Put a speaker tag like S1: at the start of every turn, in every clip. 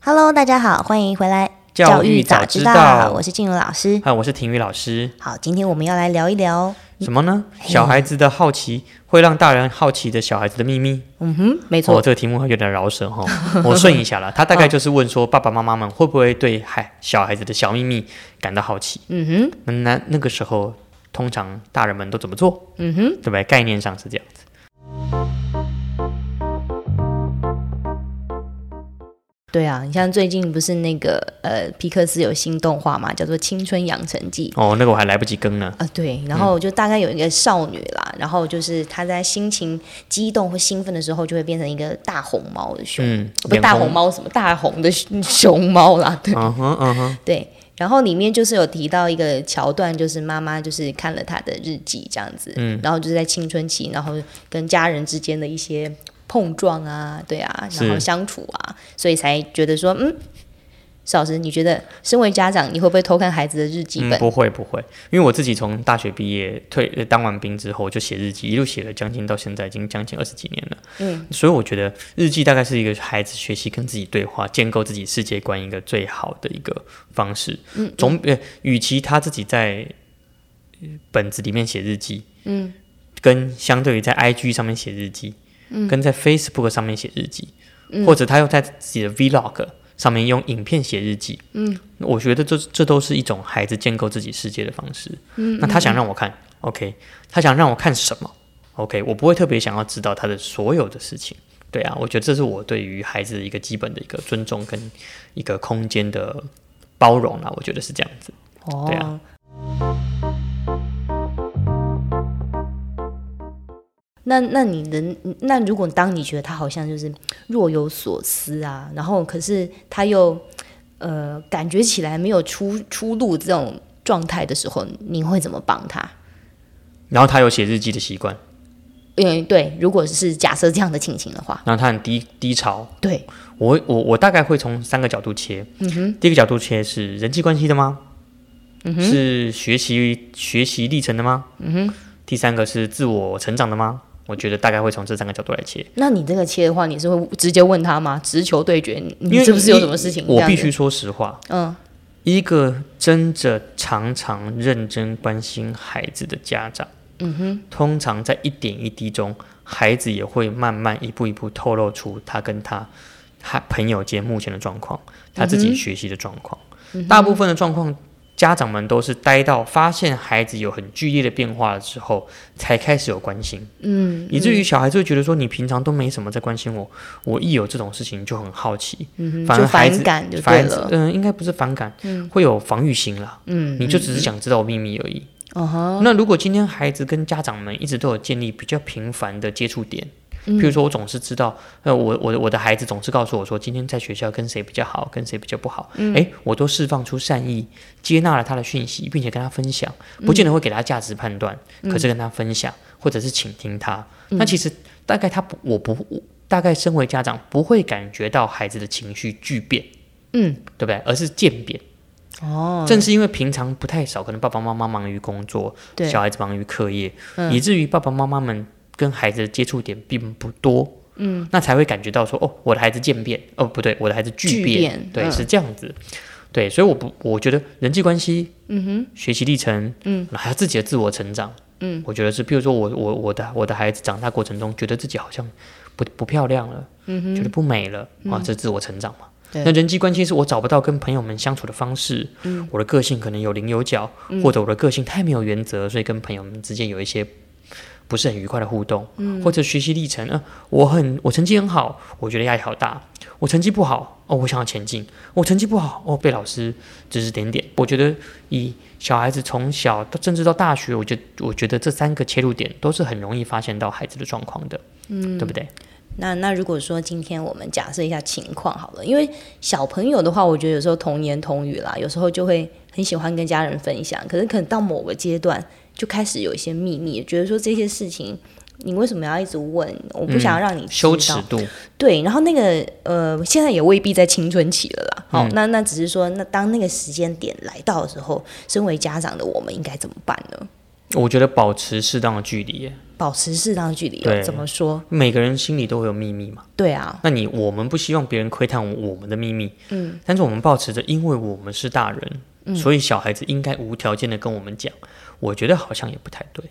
S1: Hello，大家好，欢迎回来。
S2: 教
S1: 育
S2: 育
S1: 早
S2: 早
S1: 知
S2: 知道
S1: 我是静茹老师。
S2: 嗨，我是婷宇老师。
S1: 好，今天我们要来聊一聊，
S2: 什么呢？小孩子的好奇会让大人好奇的小孩子的秘密。
S1: 嗯哼，没错
S2: 哦，，这个题目有点 饶舌哈、哦，我顺一下啦。他大概就是问说，爸爸妈妈们会不会对孩小孩子的小秘密感到好奇？
S1: 嗯哼，
S2: 那那那个时候，通常大人们都怎么做？
S1: 嗯哼，
S2: 对不对？概念上是这样子。
S1: 对啊，你像最近不是那个呃皮克斯有新动画嘛，叫做《青春养成记》。
S2: 哦，那个我还来不及跟呢。
S1: 啊，对，然
S2: 嗯
S1: 后就大概有一个少女啦，然后就是她在心情激动或兴奋的时候，就会变成一个大红猫的熊，
S2: 嗯，
S1: 不是
S2: 眼
S1: 大红
S2: 红。
S1: 猫什么大红的熊熊猫啦，对、
S2: 嗯哼嗯哼，
S1: 对。然后里面就是有提到一个桥段，就是妈妈就是看了她的日记这样子，
S2: 嗯
S1: 然后就是在青春期，然后跟家人之间的一些碰撞啊，对啊，然后
S2: 是
S1: 相处啊，所以才觉得说，嗯，邵老师，你觉得身为家长，你会不会偷看孩子的日记
S2: 嗯，
S1: 本？
S2: 不会不会，因为我自己从大学毕业退呃当完兵之后就写日记，一路写了将近到现在，已经将近二十几年了。
S1: 嗯，
S2: 所以我觉得日记大概是一个孩子学习跟自己对话、建构自己世界观一个最好的一个方式。嗯，总呃，与其他自己在呃本子里面写日记，
S1: 嗯，
S2: 跟相对于在 IG 上面写日记，嗯，跟在 Facebook 上面写日记，或者他又在自己的 Vlog 上面用影片写日记，嗯，我觉得这这都是一种孩子建构自己世界的方式。嗯，那他想让我看，OK，他想让我看什么？OK，我不会特别想要知道他的所有的事情。对啊，我觉得这是我对于孩子的一个基本的一个尊重跟一个空间的包容啊啦、我觉得是这样子。
S1: 哦
S2: 对啊
S1: 那那你能那如果当你觉得他好像就是若有所思啊，然后可是他又呃感觉起来没有出出路这种状态的时候，你会怎么帮他？
S2: 然后他有写日记的习惯，
S1: 嗯，对，如果是假设这样的情形的话，
S2: 然后他很低低潮，
S1: 对，
S2: 我我我大概会从三个角度切。
S1: 嗯
S2: 第一个角度切是人际关系的吗？
S1: 嗯
S2: 是学习学习历程的吗？第三个是自我成长的吗？我觉得大概会从这三个角度来切。
S1: 那你这个切的话，你是会直接问他吗？直球对决，你
S2: 因
S1: 你
S2: 为
S1: 是不是有
S2: 一
S1: 什么事情？嗯这
S2: 我
S1: 样
S2: 必
S1: 子
S2: 须说实话，
S1: 嗯，
S2: 一个真的常常认真关心孩子的家长，嗯哼，通常在一点一滴中，孩子也会慢慢一步一步透露出他跟他他朋友间目前的状况，他自
S1: 嗯
S2: 己学习的状况。大部分的状况，家长们都是待到发现孩子有很剧烈的变化了之后，才开始有关心。嗯，以至于小孩子会觉得说，你平常都没什么在关心我，我一有这种事情就很好奇，
S1: 嗯哼
S2: 反
S1: 就
S2: 而孩
S1: 反
S2: 子
S1: 感就对
S2: 反而
S1: 了。
S2: 嗯、应该不是反感，会有防御心啦。
S1: 嗯，
S2: 你就只是想知道我秘密而已。
S1: 嗯哼，
S2: 那如果今天孩子跟家长们一直都有建立比较频繁的接触点，譬如说我总是知道，呃，我我我的孩子总是告诉我说，今天在学校跟谁比较好，跟谁比较不好，
S1: 嗯
S2: 诶，我都释放出善意，接纳了他的讯息，并且跟他分享，不
S1: 嗯
S2: 见得会给他价值判断，可是跟他分享，或者是倾听他，
S1: 嗯
S2: 那其实大概他不，我不，我大概身为家长不会感觉到孩子的情绪巨变，
S1: 嗯，
S2: 对不对？而是渐变。
S1: 哦，
S2: 正是因为平常不太少，可能爸爸妈妈忙于工作，
S1: 对嗯
S2: 小孩子忙于课业，以至于爸爸妈妈们跟孩子的接触点并不多。嗯，那才会感觉到说，哦，我的孩子渐变，哦，不对，我的孩子
S1: 巨
S2: 巨
S1: 变
S2: 对，
S1: 嗯
S2: 是这样子。对，所以我不，我觉得人际关系，嗯哼，学习历程，嗯，还有自己的自我成长，嗯，我觉得是，譬如说我我我的我的孩子长大过程中，觉得自己好像不不漂亮了，嗯哼，觉得不美了，啊，这是自我成长嘛。
S1: 对
S2: 那人际关系是我找不到跟朋友们相处的方式，嗯、我的个性可能有棱有角，或者我的个性太没有原则，所以跟朋友们之间有一些不是很愉快的互动，或者学习历程，呃，我很我成绩很好，我觉得压力好大；我成绩不好，哦，我想要前进；我成绩不好，哦，被老师指指点点。我觉得以小孩子从小到甚至到大学，我觉我觉得这三个切入点都是很容易发现到孩子的状况的，嗯，对不对？
S1: 那那如果说今天我们假设一下情况好了，因为小朋友的话，我觉得有时候童言童语啦，有时候就会很喜欢跟家人分享，可是可能到某个阶段就开始有一些秘密，觉得说这些事情你为什么要一直问？我不想要让你知道。
S2: 嗯羞耻度，
S1: 对，然后那个呃，现在也未必在青春期了啦。
S2: 嗯
S1: 好、那那只是说，那当那个时间点来到的时候，身为家长的我们应该怎么办呢？
S2: 我觉得保持适当的距离耶，
S1: 保持适当的距离、哦
S2: 对。
S1: 怎么说？
S2: 每个人心里都会有秘密嘛。
S1: 对啊，
S2: 那你我们不希望别人窥探我们的秘密，嗯，但是我们保持着，因为我们是大人，所以小孩子应该无条件的跟我们讲。我觉得好像也不太对，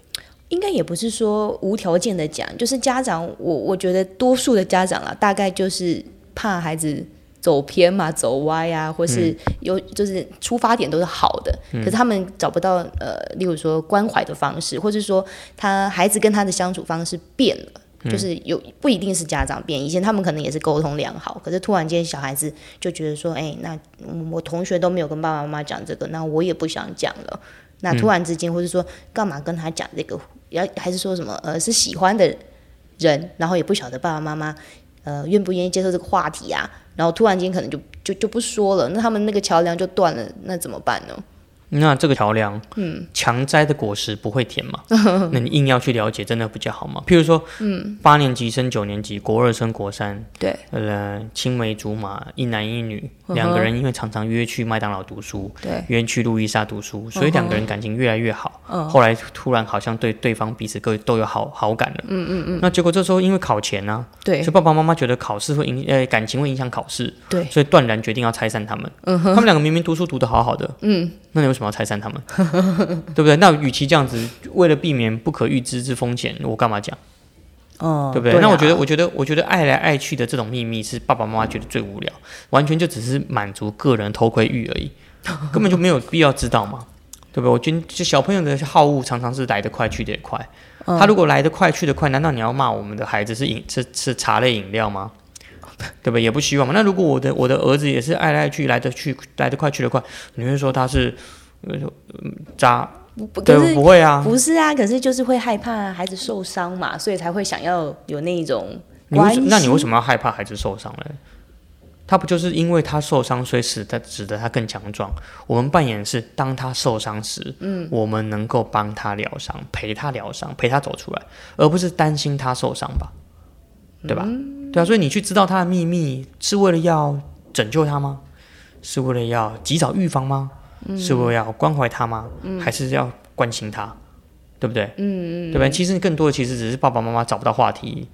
S1: 应该也不是说无条件的讲，就是家长，我我觉得多数的家长啊啦，大概就是怕孩子走偏嘛、走歪啊，或是有、就是出发点都是好的，可是他们找不到呃，例如说关怀的方式，或是说他孩子跟他的相处方式变了。就是有不一定是家长变，以前他们可能也是沟通良好，可是突然间小孩子就觉得说，哎、那嗯我同学都没有跟爸爸妈妈讲这个，那我也不想讲了。那突然之间，或是说干嘛跟他讲这个，要还是说什么呃是喜欢的人，然后也不晓得爸爸妈妈呃愿不愿意接受这个话题啊，然后突然间可能就就就不说了，那他们那个桥梁就断了，那怎么办呢？
S2: 那这个桥梁，嗯，强摘的果实不会甜 嘛？那你硬要去了解，真的比较好吗？譬如说，嗯，八年级升九年级，国二升国三，
S1: 对，
S2: 呃，青梅竹马，一男一女，两个人因为常常约去麦当劳读书，
S1: 对，
S2: 约去路易莎读书，所以两个人感情越来越好。后来突然好像对对方彼此各都有好好感了。嗯嗯嗯。那结果这时候因为考前呢、
S1: 对
S2: 所以爸爸妈妈觉得考试会影呃感情会影响考试，
S1: 对
S2: 所以断然决定要拆散他们。嗯哼。他们两个明明读书读得好好的，
S1: 嗯，
S2: 那你为什么要拆散他们？ 对不对？那与其这样子，为了避免不可预知之风险，我干嘛讲？
S1: 哦、
S2: 对不对？那
S1: 啊
S2: 我觉得，我觉得，我觉得爱来爱去的这种秘密是爸爸妈妈觉得最无聊，完全就只是满足个人偷窥欲而 已，根本就没有必要知道嘛，对不对？我觉得就小朋友的好恶常常是来得快去得也快，
S1: 嗯
S2: 他如果来得快去得快，难道你要骂我们的孩子是饮是是茶类饮 料吗？对不对？也不希望嘛。那如果我的我的儿子也是爱来爱去，来得去来得快去得快，你会说他是呃嗯渣？
S1: 不可
S2: 对，
S1: 是
S2: 不会啊，
S1: 不是啊，可是就是会害怕孩子受伤嘛，所以才会想要有那一种
S2: 你为什
S1: 关
S2: 那你
S1: 系
S2: 为什么要害怕孩子受伤嘞？他不就是因为他受伤，所以使他使得他更强壮？我们扮演是当他受伤时，嗯，我们能够帮他疗伤，陪他疗伤，陪他走出来，而不是担心他受伤吧？对吧？对啊，所以你去知道他的秘密，是为了要拯救他吗？是为了要及早预防吗？是为了要关怀他吗？还是要关心他？对不对？嗯嗯嗯，对吧？其实更多的其实只是爸爸妈妈找不到话题，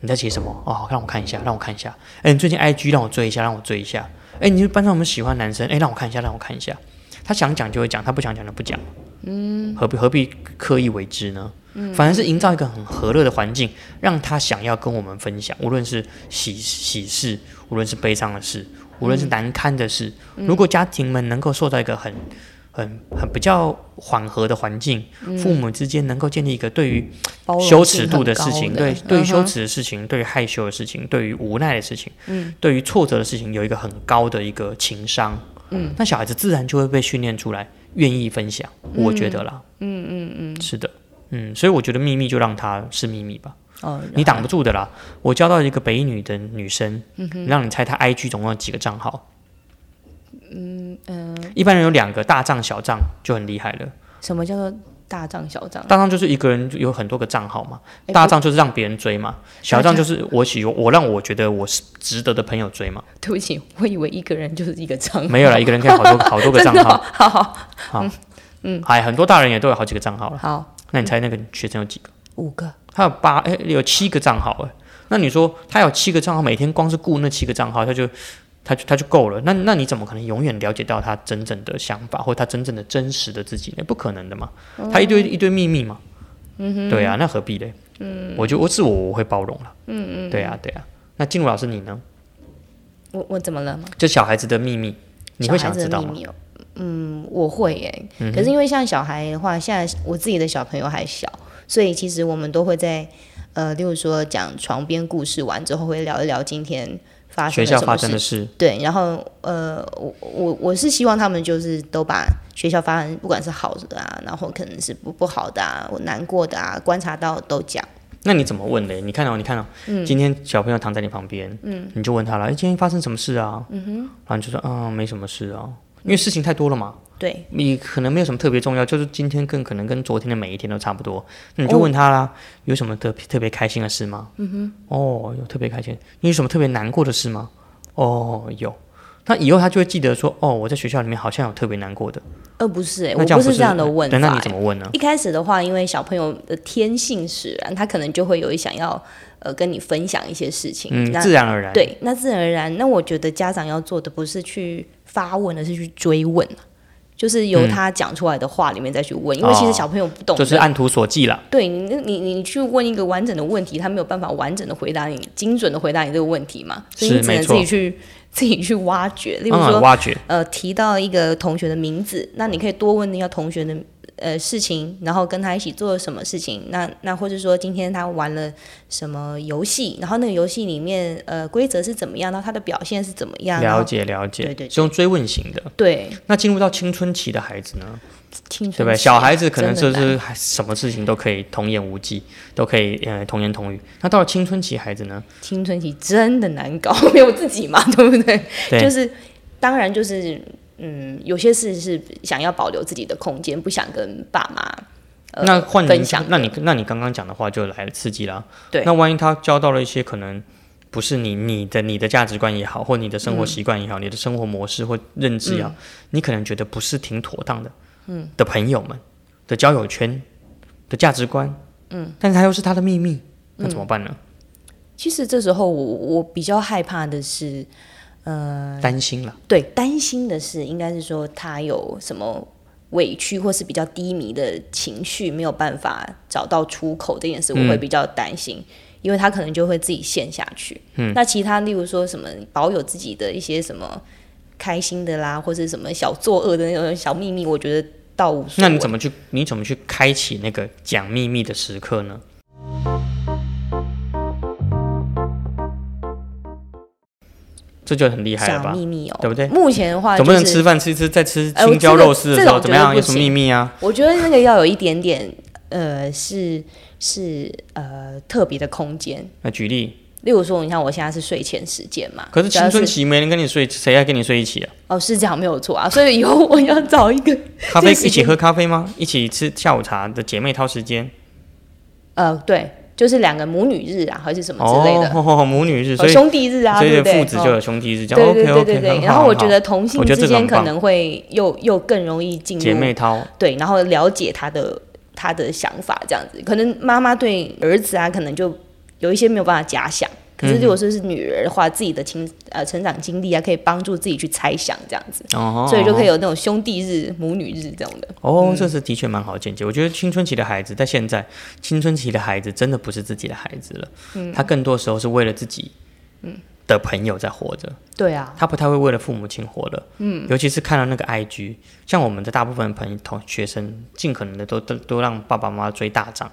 S2: 你在写什么？哦，让我看一下，让我看一下。哎，你最近 IG 让我追一下，让我追一下。哎，你班上有没有喜欢男生？哎，让我看一下，让我看一下。他想讲就会讲，他不想讲就不讲。嗯，何必何必刻意为之呢？嗯，反而是营造一个很和乐的环境，让他想要跟我们分享，无论是喜喜事，无论是悲伤的事，无论是难堪的事。如果家庭们能够塑造一个很很很比较缓和的环境，父母之间能够建立一个对于
S1: 包容
S2: 羞
S1: 性
S2: 耻
S1: 很
S2: 度的
S1: 高
S2: 事情，对，对于
S1: 嗯
S2: 羞
S1: 哼
S2: 耻的事情，对于害羞的事情，对于无奈的事情，嗯，对于挫折的事情，有一个很高的一个情商，嗯，那小孩子自然就会被训练出来，愿意分享，我觉得啦，嗯嗯嗯，是的，嗯，所以我觉得秘密就让它是秘密吧，
S1: 哦，
S2: 你挡不住的啦。我交到一个北一女的女生，让你猜她 IG 总共有几个账号？嗯一般人有两个大账小账就很厉害了，
S1: 什么叫做大账小账？
S2: 大账就是一个人有很多个账号嘛，
S1: 哎
S2: 大
S1: 不
S2: 账就是让别人追嘛，小账就是我喜我让我觉得我是值得的朋友追嘛。
S1: 对不起，我以为一个人就是一个账号，
S2: 没有啦，一个人可以好多好多个 账
S1: 真的嗯
S2: 号，
S1: 哦好好
S2: 哎，很多大人也都有好几个账号了。
S1: 好
S2: 那你猜那个学生有几个？
S1: 五个，
S2: 他有八哎、有七个账号哎、那你说他有七个账号，每天光是顾那七个账号，他就他就他就够了。那那你怎么可能永远了解到他真正的想法或他真正的真实的自己呢？不可能的嘛，
S1: 哦
S2: 他一堆一堆秘密嘛。嗯对啊，那何必嘞？嗯，我就我是我我会包容了。嗯嗯，对啊对啊。那静茹老师你呢？
S1: 我我怎么了吗？
S2: 就小孩子的秘密，你会
S1: 小
S2: 想
S1: 孩子
S2: 知道
S1: 的秘
S2: 吗？
S1: 密哦，嗯，我会耶、可是因为像小孩的话，现在我自己的小朋友还小，所以其实我们都会在呃，例如说讲床边故事完之后，会聊一聊今天发生
S2: 学
S1: 了
S2: 校
S1: 什
S2: 发
S1: 么
S2: 生
S1: 事
S2: 的事，
S1: 对，然后呃，我我我是希望他们就是都把学校发生不管是好的啊，然后可能是不不好的啊，我难过的啊，观察到都讲。
S2: 那你怎么问嘞？你看哦，你看哦，
S1: 嗯
S2: 今天小朋友躺在你旁边，你就问他了，哎、今天发生什么事啊？然后你就说，嗯，没什么事啊，因为事情太多了嘛，
S1: 对，
S2: 你可能没有什么特别重要，就是今天更可能跟昨天的每一天都差不多，那你就问他啦，有什么特特别开心的事吗？嗯哼，哦，有特别开心，你有什么特别难过的事吗？哦，有。那以后他就会记得说，哦，我在学校里面好像有特别难过的，
S1: 呃，不是、欸，
S2: 那
S1: 我
S2: 这样
S1: 不是这样的问
S2: 对，那
S1: 法、
S2: 你怎
S1: 欸。
S2: 么问呢？
S1: 一开始的话，因为小朋友的天性使然，他可能就会有想要呃跟你分享一些事情。
S2: 嗯，
S1: 那
S2: 自然而然。，
S1: 对，那自然而然，那我觉得家长要做的不是去发问，而是去追问，啊就是由
S2: 嗯
S1: 他讲出来的话里面再去问，因为其实
S2: 哦
S1: 小朋友不懂
S2: 就是
S1: 的
S2: 按图索骥啦。
S1: 对你，你你去问一个完整的问题，他没有办法完整的回答你，精准的回答你这个问题嘛，所以
S2: 是
S1: 你只
S2: 没
S1: 能自
S2: 错
S1: 己去自己去挖掘。例如说，
S2: 嗯，挖掘。
S1: 呃，提到一个同学的名字，那你可以多问一下同学的呃事情，然后跟他一起做了什么事情。那那或者说今天他玩了什么游戏，然后那个游戏里面呃规则是怎么样，然后他的表现是怎么样。然
S2: 了
S1: 后
S2: 解了解，
S1: 对对对
S2: 是用追问型的。
S1: 对，
S2: 那进入到青春期的孩子呢，
S1: 青春
S2: 对不对？
S1: 期
S2: 小孩子可能
S1: 真的
S2: 就是
S1: 难
S2: 还什么事情都可以童言无忌，都可以呃童言童语。那到了青春期孩子呢，
S1: 青春期真的难搞， 没有自己嘛，对不对？
S2: 对
S1: 就是当然就是嗯，有些事是想要保留自己的空间，不想跟爸妈呃
S2: 那换
S1: 分
S2: 你
S1: 享，
S2: 那你那你刚刚讲的话就来了刺激啦。
S1: 对
S2: 那万一他交到了一些可能不是你你的你的价值观也好，或你的
S1: 嗯
S2: 生活习惯也好，你的生活模式或认知也好，你可能觉得不是挺妥当的，嗯，的朋友们的交友圈的价值观，嗯，但是他又是他的秘密，
S1: 嗯
S2: 那怎么办呢？
S1: 其实这时候我我比较害怕的是，呃，
S2: 担心了，
S1: 对，担心的是应该是说他有什么委屈或是比较低迷的情绪没有办法找到出口这件事，我
S2: 嗯
S1: 会比较担心。因为他可能就会自己陷下去。嗯，那其他例如说什么保有自己的一些什么开心的啦，或者什么小作恶的那种小秘密，我觉得倒无所谓。
S2: 那你怎么去你怎么去开启那个讲秘密的时刻呢？这就很厉害了吧
S1: 小？秘密哦？
S2: 对不对
S1: 目前的话、就
S2: 总
S1: 是，
S2: 不能吃饭吃一吃再吃
S1: 哎我
S2: 青椒
S1: 这个
S2: 肉丝的
S1: 这
S2: 时候、
S1: 种
S2: 怎么
S1: 绝对
S2: 样？
S1: 不
S2: 有什么秘
S1: 行
S2: 密啊？
S1: 我觉得那个要有一点点，呃，是是呃特别的空间。
S2: 那举例，
S1: 例如说，你看我现在是睡前时间嘛，
S2: 可是
S1: 只要
S2: 青春期没人跟你睡，谁还跟你睡一 起啊？
S1: 哦是这样没有错啊，所以以后我要找一个
S2: 咖啡
S1: 这个时
S2: 一起
S1: 间
S2: 喝咖啡吗？一起吃下午茶的姐妹掏时间
S1: 呃对，就是两个母女日啊，还是什么之类
S2: 哦
S1: 的，，
S2: 吼吼吼母女日，所
S1: 哦
S2: 以
S1: 兄弟日啊，
S2: 所
S1: 对
S2: 以
S1: 不对？
S2: 父子就有兄弟日，这样
S1: 哦对
S2: OK
S1: 对对对
S2: OK，
S1: 对。
S2: 很
S1: 然
S2: 好
S1: 后我
S2: 很
S1: 觉
S2: 好
S1: 得同性
S2: 我觉得
S1: 之
S2: 这个
S1: 间
S2: 很
S1: 可
S2: 棒
S1: 能会又又更容易进入
S2: 姐妹掏
S1: 对，然后了解他的他的想法，这样子，可能妈妈对儿子啊，可能就有一些没有办法假想。可
S2: 嗯
S1: 是如果说是女儿的话，自己的亲呃成长经历啊，可以帮助自己去猜想这样子，
S2: 哦，
S1: 所以就可以
S2: 以
S1: 有那种兄弟日、母女日这种的。
S2: 哦，这是的确蛮好的见解。我觉得青春期的孩子在现在，青春期的孩子真的不是自己的孩子了，他更多时候是为了自己的朋友在活着。
S1: 对 啊，
S2: 他不太会为了父母亲活了，嗯，尤其是看到那个 IG，像我们的大部分朋友同学生，尽可能的都都都让爸爸妈妈追大账，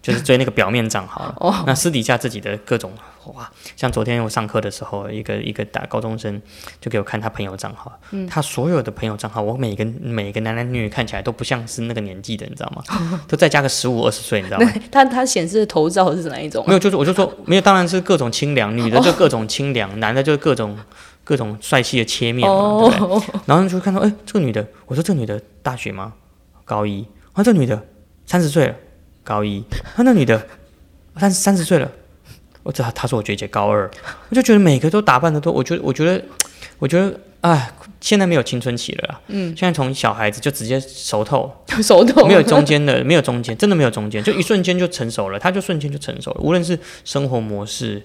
S2: 就是追那个表面账好了， 哦，那私底下自己的各种哇，像昨天我上课的时候，一个一个大高中生就给我看他朋友账号，嗯，他所有的朋友账号，我每个每个男男女女看起来都不像是那个年纪的，你知道 吗？都再加个十五二十岁，你知道 吗？
S1: 他他显示的头照是哪一种啊？
S2: 没有，就是我就说没有，当然是各种清凉，女的 就各种清凉，男的就各种各种帅气的切面嘛，啊对不对？
S1: 哦，
S2: 然后就看到，哎、这个女的，我说这个女的大学吗？高一。啊，这个女的三十岁了，高一。啊，那女的三三十岁了，我知道她是我学姐，高二。我就觉得每个都打扮的都，我觉得，我觉得，我觉得，哎，现在没有青春期了啦。嗯，现在从小孩子就直接熟透，
S1: 手抖
S2: 没有中间的，没有中间，真的没有中间，就一瞬间就成熟了，他就瞬间就成熟了。无论是生活模式，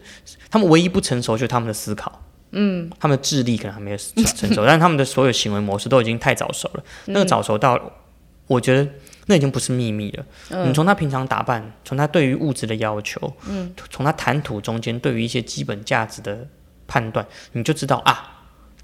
S2: 他们唯一不成熟就是他们的思考，嗯，他们的智力可能还没有成成熟，但是他们的所有行为模式都已经太早熟了。那个早熟到，我觉得那已经不是秘密了。你从他平常打扮，从他对于物质的要求，嗯，从他谈吐中间对于一些基本价值的判断，你就知道啊。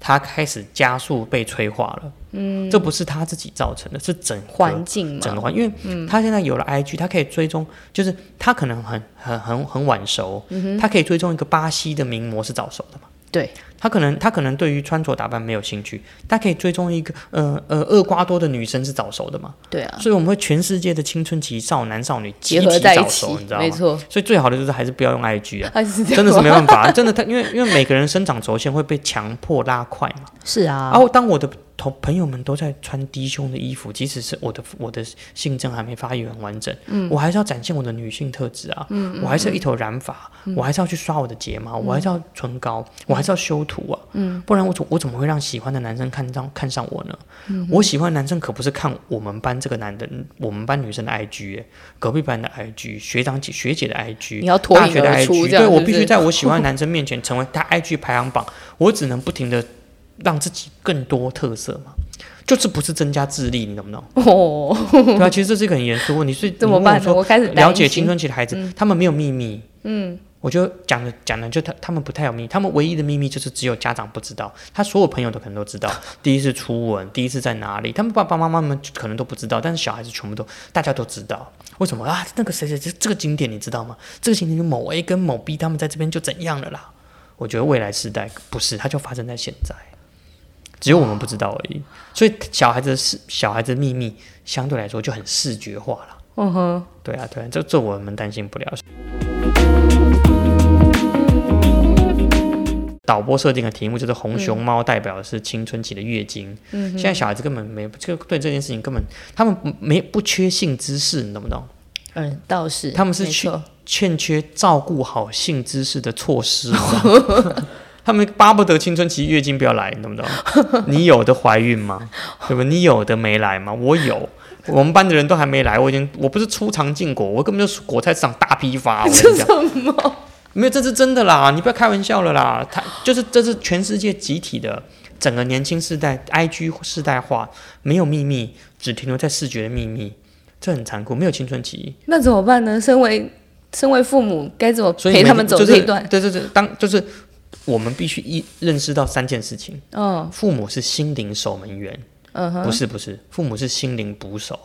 S2: 他开始加速被催化了，嗯，这不是他自己造成的，是整个
S1: 环境
S2: 整
S1: 嘛，嗯
S2: 个环，因为他现在有了 IG，他可以追踪，就是他可能很很很很晚熟，他可以追踪一个巴西的名模是早熟的嘛？
S1: 嗯对，
S2: 他可能他可能对于穿着打扮没有兴趣，他可以追踪一个呃呃厄瓜多的女生是早熟的嘛？
S1: 对啊，
S2: 所以我们会全世界的青春期少男少女
S1: 结
S2: 集
S1: 合
S2: 体
S1: 在一
S2: 早
S1: 起
S2: 熟，你知，道
S1: 没
S2: 吗？
S1: 错，
S2: 所以最好的就是还是不要用 IG 啊。
S1: 啊是这样
S2: 真的是
S1: 吗
S2: 没办法，真的他因为因为每个人生长轴线会被强迫拉快嘛。
S1: 是啊
S2: 哦然，后当我的同朋友们都在穿低胸的衣服，即使是我的我的性征还没发育很完整，嗯，我还是要展现我的女性特质啊，嗯，我还是要一头染发，我还是要去刷我的睫毛，我还是要唇膏，我还是要修图啊，嗯，不然我怎我怎么会让喜欢的男生看上看上我呢？我喜欢的男生可不是看我们班这个男的，我们班女生的 IG，、欸、隔壁班的 IG，学长姐学姐的 IG，
S3: 你要脱
S2: 大学
S3: 颖
S2: 的
S3: 而
S2: IG，
S3: 出，这样
S2: 对
S3: 是
S2: 我
S3: 不
S2: 必须
S3: 是
S2: 在 我喜欢的男生面前成为他 IG 排行榜，我只能不停的让自己更多特色嘛，就是不是增加智力，你懂不懂？
S1: 哦，
S2: 对啊，其实这是一个很严肃的问题，所以
S1: 怎
S2: 你
S1: 么
S2: 嗯问我
S1: 办呢？
S2: 说
S1: 我开始担
S2: 了解
S1: 心
S2: 青春期的孩子，他们没有秘密。嗯，我就讲的讲的就他他们不太有秘密，他们唯一的秘密就是只有家长不知道，他所有朋友都可能都知 道，第一次初吻，第一次在哪里，他们爸爸妈妈们可能都不知道，但是小孩子全部都大家都知道。为什么啊？那个谁谁这这个景点你知道吗？这个景点某 A 跟某 B 他们在这边就怎样了啦？我觉得未来时代不是，它就发生在现在，只有我们不知道而已。所以小孩子的事，小孩子的秘密相对来说就很视觉化了。
S1: 嗯哼。
S2: 对啊，对啊，这这我们担心不了。导播设定的题目就是红熊猫代表的是青春期的月经，嗯、现在小孩子根本没这个对这件事情根本他们没不缺性知识，你懂不懂？
S1: 嗯，倒是
S2: 他们是
S1: 没
S2: 去
S1: 错
S2: 欠缺照顾好性知识的措施。 他们巴不得青春期月经不要来，你懂不懂？你有的怀孕吗？对吧？你有的没来吗？我有，我们班的人都还没来，我已经我不是出藏进果，我根本就是果菜市场大批 发。我跟你讲，没有，这是真的啦，你不要开玩笑了啦。他就是这是全世界集体的，整个年轻世代 IG 世代化，没有秘密，只停留在视觉的秘密，这很残酷，没有青春期。
S1: 那怎么办呢？身为身为父母，该怎么
S2: 所以
S1: 陪他
S2: 每天
S1: 们走
S2: 就是
S1: 这一段？
S2: 对对对，当就是我们必须一认识到三件事情：
S1: 嗯
S2: 父母是心灵守门员，
S1: 嗯哼，
S2: 不是不是，父母是心灵捕手。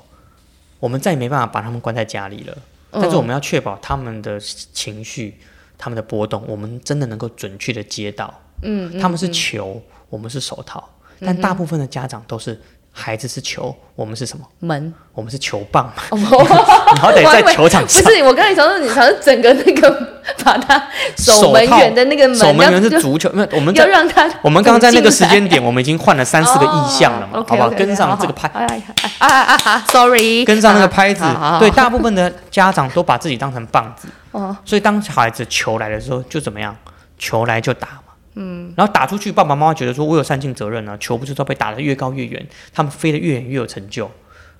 S2: 我们再也没办法把他们关在家里了，但是我们要确保他们的情绪、他们的波动，我们真的能够准确的接到。
S1: 嗯，
S2: 他们是球，我们是手套，但大部分的家长都是孩子是球，我们是什么？
S1: 门。
S2: 我们是球棒，
S1: 哦，
S2: 然后得
S1: 我还
S2: 在
S1: 以为
S2: 球场
S1: 不
S2: 上。
S1: 是，我刚才想说，你想说整个那个 把他守
S2: 手
S1: 门
S2: 套
S1: 员的那个门，
S2: 守门员
S1: 要
S2: 是足球，那我们在
S1: 要让他
S2: 我们刚刚在那个时
S1: 走
S2: 间
S1: 进来
S2: 点，我们已经换了三四个意向了嘛，
S1: 哦
S2: 好不好？
S1: OK，OK，OK，
S2: 跟上
S1: 好
S2: 这个拍，
S1: 哎呀哎啊啊啊啊！Sorry，
S2: 跟上那个拍子
S1: 啊好好。好
S2: 对，大部分的家长都把自己当成棒子
S1: 哦，
S2: 所以当小孩子球来的时候，就怎么样？球来就打嘛。嗯，然后打出去，爸爸妈妈觉得说我有善尽责任啊，球不是都被打得越高越远，他们飞得越远越有成就。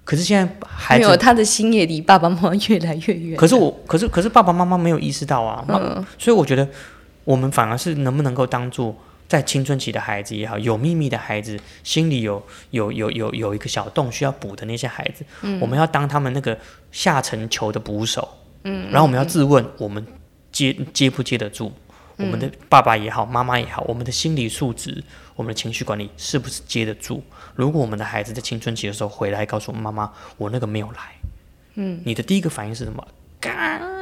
S2: 可是现在孩
S1: 没
S2: 子
S1: 有，他的心也离爸爸妈妈越来越远。
S2: 可是我，可是可是爸爸妈妈没有意识到啊，妈所以我觉得我们反而是能不能够当做在青春期的孩子也好，有秘密的孩子，心里有有有有有一个小洞需要补的那些孩子，我们要当他们那个下沉球的捕手，嗯，然后我们要自问我们接接不接得住。我们的爸爸也好，妈妈也好，我们的心理素质、我们的情绪管理是不是接得住？如果我们的孩子在青春期的时候回来告诉我妈妈，我那个没有来，嗯，你的第一个反应是什么？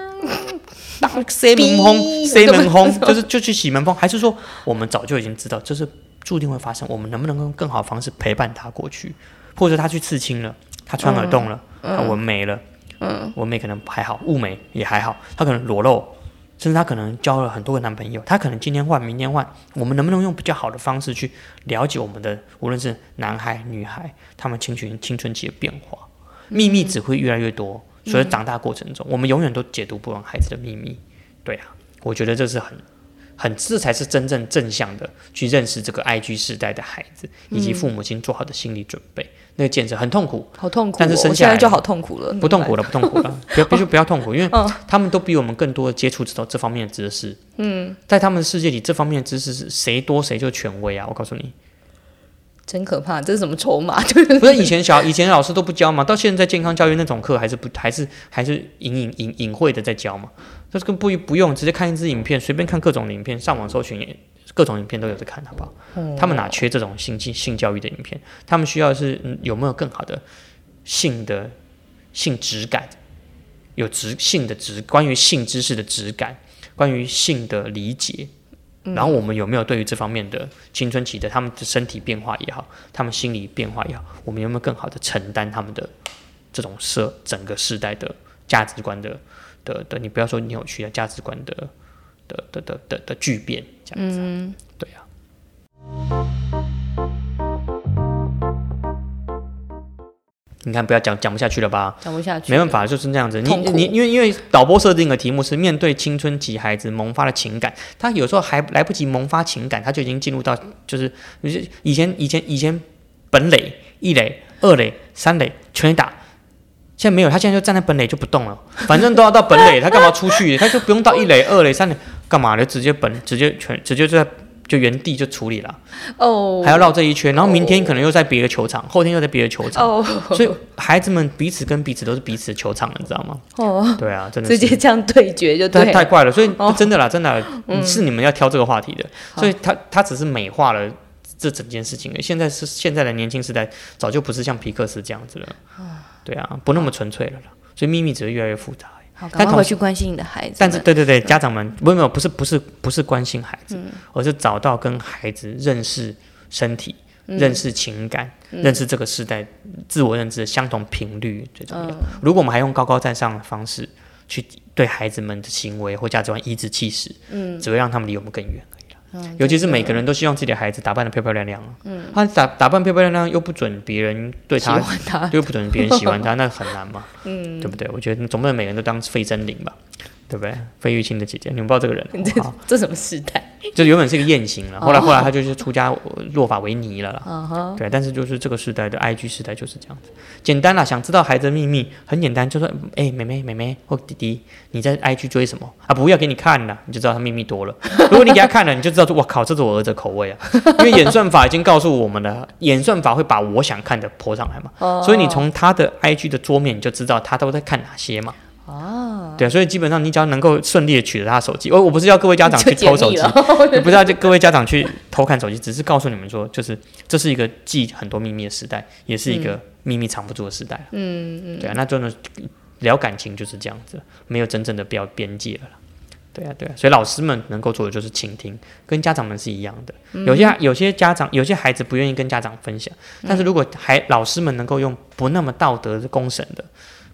S2: 当塞门轰， 塞门轰，就是就去洗门风，还是说我们早就已经知道，这是注定会发生，我们能不能用更好的方式陪伴他过去？或者他去刺青了，他穿耳洞了，他纹眉了，嗯，纹眉可能还好，雾眉也还好，他可能裸露，甚至他可能交了很多个男朋友，他可能今天换，明天换，我们能不能用比较好的方式去了解我们的，无论是男孩、女孩，他们青春青春期的变化，秘密只会越来越多。所以长大过程中，我们永远都解读不完孩子的秘密。对啊，我觉得这是很很，这才是真正正向的去认识这个 IG 时代的孩子，以及父母亲做好的心理准备。那个建设很痛苦，
S1: 好痛苦哦，
S2: 但是生
S1: 我
S2: 下
S1: 现
S2: 来
S1: 在就好痛苦了，
S2: 不痛苦了，不痛苦了，不要，必须不要痛苦，因为他们都比我们更多的接触这种这方面的知识。嗯，在他们的世界里，这方面的知识是谁多谁就权威啊！我告诉你，
S1: 真可怕，这是什么筹码？就是
S2: 不是以前小以前老师都不教嘛，到现在健康教育那种课还是不还是还是隐隐隐隐晦的在教嘛，就是更不不用直接看一支影片，随便看各种的影片，上网搜寻也各种影片都有在看，好不好？他们哪缺这种性性性教育的影片？他们需要的是、嗯有没有更好的性的性质感，有质性的质，关于性知识的质感，关于性的理解。然后我们有没有对于这方面的青春期的他们的身体变化也好，他们心理变化也好，我们有没有更好的承担他们的这种社整个世代的价值观的的的？你不要说扭曲啊的价值观的的的的的的
S1: 嗯
S2: 巨变这样子啊、对啊。你看，不要讲讲不下去了吧？
S1: 讲不下去，
S2: 没办，法，就是这样子。你
S1: 痛苦
S2: 你因为因为导播设定的题目是面对青春期孩子萌发的情感，他有时候还来不及萌发情感，他就已经进入到就是就是以前以前以前本垒、一垒、二垒、三垒全垒打，现在没有，他现在就站在本垒就不 动了，反正都要到本垒，他干嘛出去？他就不用到一垒、二垒、三垒干嘛的，直接本直接全直接就在就原地就处理了，
S1: 哦，
S2: 还要绕这一圈，然后明天可能又在别的球场，后天又在别的球场。
S1: 哦
S2: 所以孩子们彼此跟彼此都是彼此的球场，你知道吗？
S1: 哦，
S2: 对啊，真的
S1: 直
S2: 是
S1: 接这样对决就
S2: 太
S1: 对
S2: 太
S1: 了，
S2: 快了，所以
S1: 哦
S2: 真的啦，真的啦是你们要挑这个话题的，
S1: 好
S2: 所以他他只是美化了。这整件事情而已，现在是现在的年轻时代，早就不是像皮克斯这样子了，对啊，不那么纯粹了啦，所以秘密只会越来越复杂。
S1: 好，赶
S2: 但
S1: 快
S2: 同
S1: 回去关心你的孩子们。
S2: 但是对对对，嗯家长们不没有不是不是不是关心孩子，而是找到跟孩子认识身体、认识情感、认识这个时代自我认知的相同频率最重要。如果我们还用高高在上的方式去对孩子们的行为或价值观颐指气使，嗯，只会让他们离我们更远。而已啦
S1: 嗯
S2: 尤其是每个人都希望自己的孩子打扮的漂漂亮亮，嗯，他打打扮漂漂亮亮又不准别人对
S1: 喜
S2: 他，
S1: 欢他，
S2: 又不准别人喜欢他，那很难嘛，嗯，对不对？我觉得总不能每个人都当费真玲吧，对不对？费玉清的姐姐，你们不知道这个人，好
S1: 这什么时代？
S2: 就原本是一个艳星了，后来后来他就是出家呃落法为尼了啦。
S1: 嗯哼，
S2: 对，但是就是这个时代的 IG 时代就是这样子，简单啦。想知道孩子的秘密很简单，就说哎、妹妹妹妹或弟弟，你在 IG 追什么啊？不要给你看了，你就知道他秘密多了。 如果你给他看了，你就知道说，我靠，这是我儿子的口味啊， 因为演算法已经告诉我们了，演算法会把我想看的泼上来嘛，
S1: 哦
S2: 所以你从他的 IG 的桌面你就知道他都在看哪些嘛。哦，对啊，所以基本上你只要能够顺利的取得他的手机，哦我我不是要各位家长去
S1: 就解
S2: 偷手
S1: 密
S2: 机，
S1: 了。
S2: 也 不知道这各位家长去偷看手机，只是告诉你们说，就是这是一个记很多秘密的时代，也是一个秘密藏不住的时代。嗯嗯，对啊，那真的聊感情就是这样子，没有真正的标边界了啦。对啊，对啊，所以老师们能够做的就是倾听，跟家长们是一样的。有些有些家长，有些孩子不愿意跟家长分享，但是如果还老师们能够用不那么道德的公审的、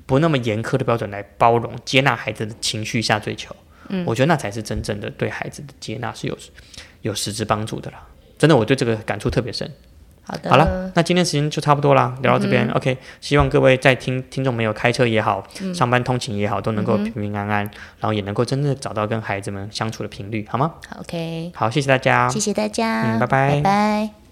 S2: 不那么严苛的标准来包容、接纳孩子的情绪下追求，嗯，我觉得那才是真正的对孩子的接纳是有有实质帮助的啦。真的，我对这个感触特别深。
S1: 好的，
S2: 好了，那今天时间就差不多啦，聊到这边、OK。希望各位在听听众朋友开车也好，上班通勤也好，都能够平平安安，然后也能够真正地找到跟孩子们相处的频率，好吗？
S1: 好，OK，
S2: 好，谢谢大家，
S1: 谢谢大家，
S2: 嗯拜拜
S1: 拜拜。